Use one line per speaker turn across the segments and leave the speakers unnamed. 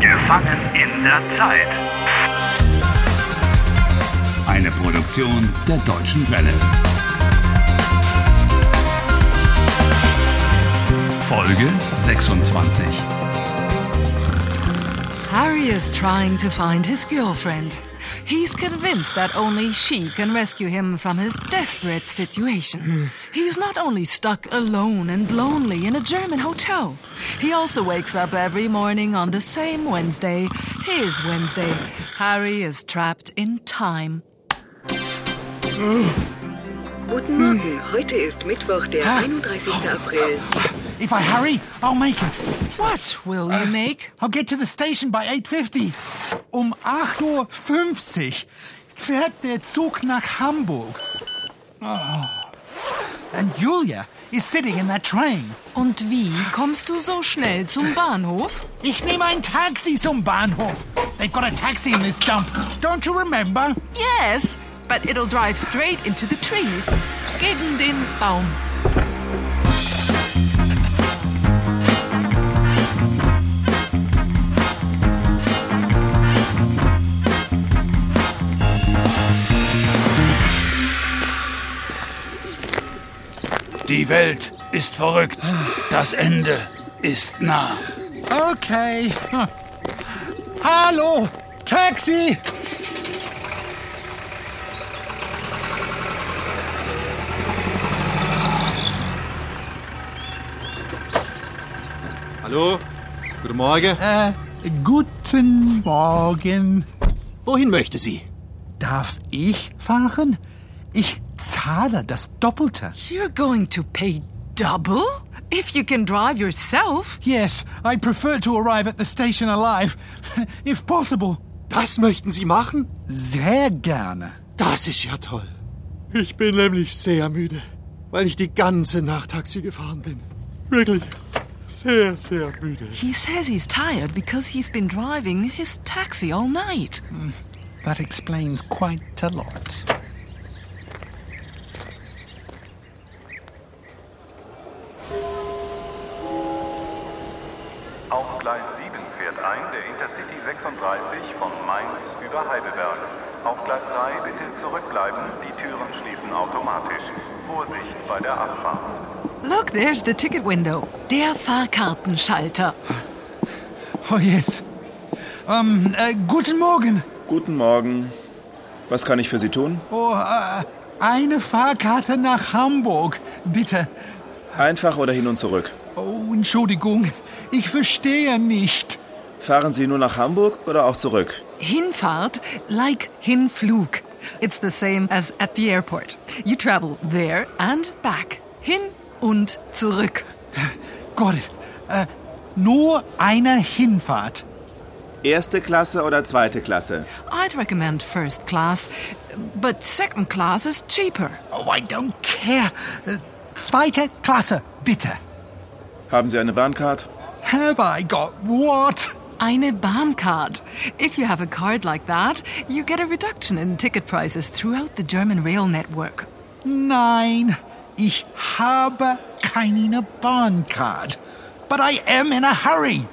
Gefangen in der Zeit.
Eine Produktion der Deutschen Welle. Folge 26.
Harry is trying to find his girlfriend. He's convinced that only she can rescue him from his desperate situation. He's not only stuck alone and lonely in a German hotel, he also wakes up every morning on the same Wednesday, his Wednesday. Harry is trapped in time.
Guten Morgen,
Hmm.
heute ist Mittwoch, der 31. April.
If I hurry, I'll make it.
What will you make?
I'll get to the station by 8.50. Um 8.50 Uhr fährt der Zug nach Hamburg. Oh. And Julia is sitting in that train.
Und wie kommst du so schnell zum Bahnhof?
Ich nehme ein Taxi zum Bahnhof. They've got a taxi in this dump. Don't you remember?
Yes, but it'll drive straight into the tree. Gegen den Baum.
Die Welt ist verrückt. Das Ende ist nah.
Okay. Hm. Hallo, Taxi!
Hallo? Guten Morgen.
Äh, guten Morgen.
Wohin möchte sie?
Darf ich fahren? Ich zahle das Doppelte.
You're going to pay double? If you can drive yourself?
Yes, I'd prefer to arrive at the station alive, if possible.
Das möchten Sie machen?
Sehr gerne.
Das ist ja toll. Ich bin nämlich sehr müde, weil ich die ganze Nacht Taxi gefahren bin. Wirklich sehr, sehr müde.
He says he's tired because he's been driving his taxi all night.
That explains quite a lot.
Auf Gleis 7 fährt ein der Intercity 36 von Mainz über Heidelberg. Auf Gleis 3 bitte zurückbleiben, die Türen schließen automatisch. Vorsicht bei der Abfahrt.
Look, there's the ticket window. Der Fahrkartenschalter.
Oh yes. Ähm, äh, guten Morgen.
Guten Morgen. Was kann ich für Sie tun?
Oh, äh, eine Fahrkarte nach Hamburg, bitte.
Einfach oder hin und zurück?
Oh, Entschuldigung, ich verstehe nicht.
Fahren Sie nur nach Hamburg oder auch zurück?
Hinfahrt, like Hinflug. It's the same as at the airport. You travel there and back. Hin und zurück.
Got it. Äh, nur eine Hinfahrt.
Erste Klasse oder zweite Klasse?
I'd recommend first class, but second class is cheaper.
Oh, I don't care. Äh, zweite Klasse, bitte.
Haben Sie eine Bahncard?
Have I got what?
Eine Bahncard. If you have a card like that, you get a reduction in ticket prices throughout the German rail network.
Nein, ich habe keine Bahncard. But I am in a hurry.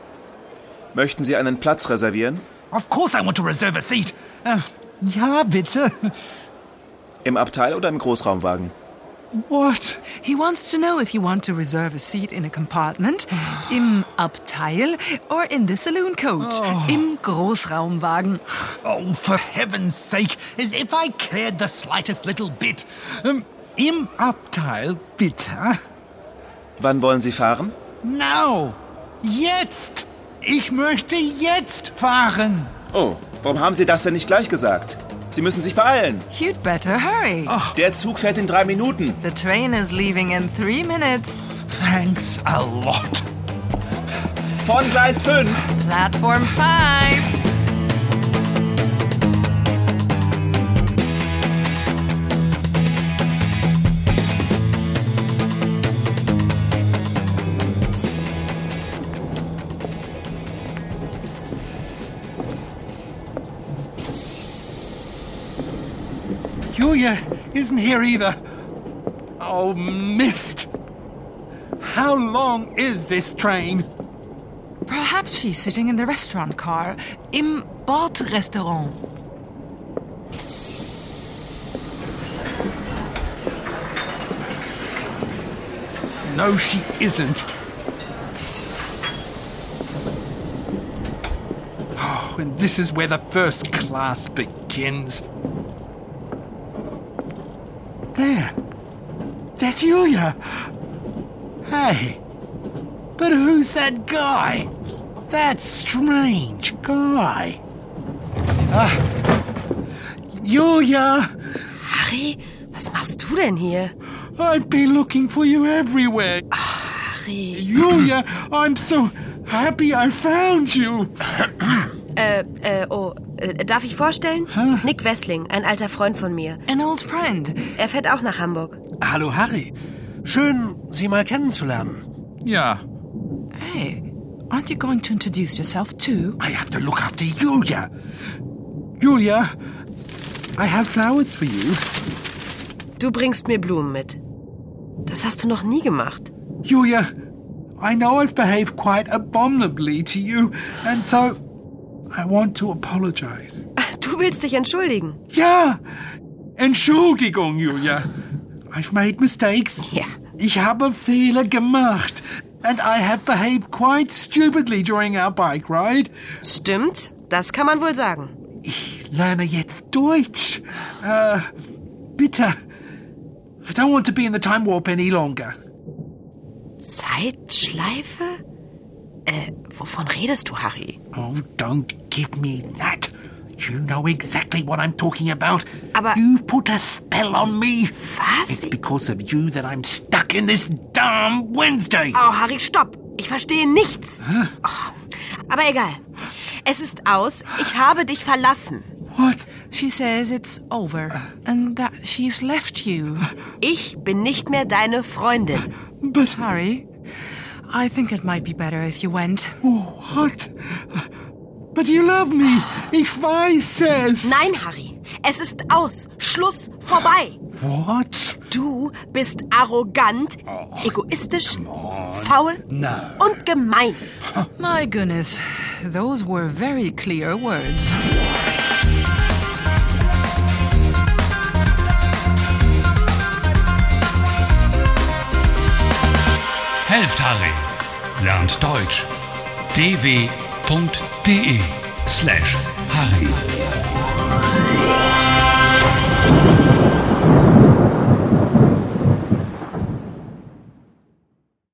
Möchten Sie einen Platz reservieren?
Of course I want to reserve a seat. Äh, ja, bitte.
Im Abteil oder im Großraumwagen?
What?
He wants to know if you want to reserve a seat in a compartment, im Abteil, or in the saloon coach, im Großraumwagen.
Oh, for heaven's sake, as if I cared the slightest little bit. Ähm, Im Abteil, bitte.
Wann wollen Sie fahren?
Now. Jetzt. Ich möchte jetzt fahren.
Oh, warum haben Sie das denn nicht gleich gesagt? Sie müssen sich beeilen.
You'd better hurry.
Der Zug fährt in drei Minuten.
The train is leaving in three minutes.
Thanks a lot.
Von Gleis 5.
Platform five.
Julia isn't here either. Oh, missed. How long is this train?
Perhaps Perhaps she's sitting in the restaurant car. Im Bordrestaurant.
No, she isn't. Oh, and this is where the first class begins. There. That's Yulia. Hey. But who's that guy? That strange guy. Ah. Yulia,
Harry, was machst du denn hier?
I've been looking for you everywhere.
Harry.
Yulia, I'm so happy I found you.
Äh, äh, oh, äh, darf ich vorstellen? Nick Wessling, ein alter Freund von mir.
An old friend.
Er fährt auch nach Hamburg.
Hallo Harry. Schön, Sie mal kennenzulernen.
Yeah.
Hey, aren't you going to introduce yourself too?
I have to look after Yulia. Yulia, I have flowers for you.
Du bringst mir Blumen mit. Das hast du noch nie gemacht.
Yulia, I know I've behaved quite abominably to you, and so I want to apologize.
Du willst dich entschuldigen.
Ja, Entschuldigung, Yulia. I've made mistakes.
Ja.
Ich habe Fehler gemacht. And I have behaved quite stupidly during our bike ride.
Stimmt, das kann man wohl sagen.
Ich lerne jetzt Deutsch. Uh, bitte. I don't want to be in the time warp any longer.
Zeitschleife? Äh, wovon redest du, Harry?
Oh, don't give me that. You know exactly what I'm talking about.
Aber-
You've put a spell on me.
Was?
It's because of you that I'm stuck in this damn Wednesday.
Oh, Harry, stopp. Ich verstehe nichts. Oh, aber egal. Es ist aus. Ich habe dich verlassen.
What?
She says it's over and that she's left you.
Ich bin nicht mehr deine Freundin.
But
Harry, I think it might be better if you went.
what? But you love me. Ich weiß es.
Nein, Harry. Es ist aus. Schluss. Vorbei.
What?
Du bist arrogant, egoistisch, faul und gemein.
My goodness, those were very clear words.
Helft Harry. Lernt Deutsch. dw.de slash Harry.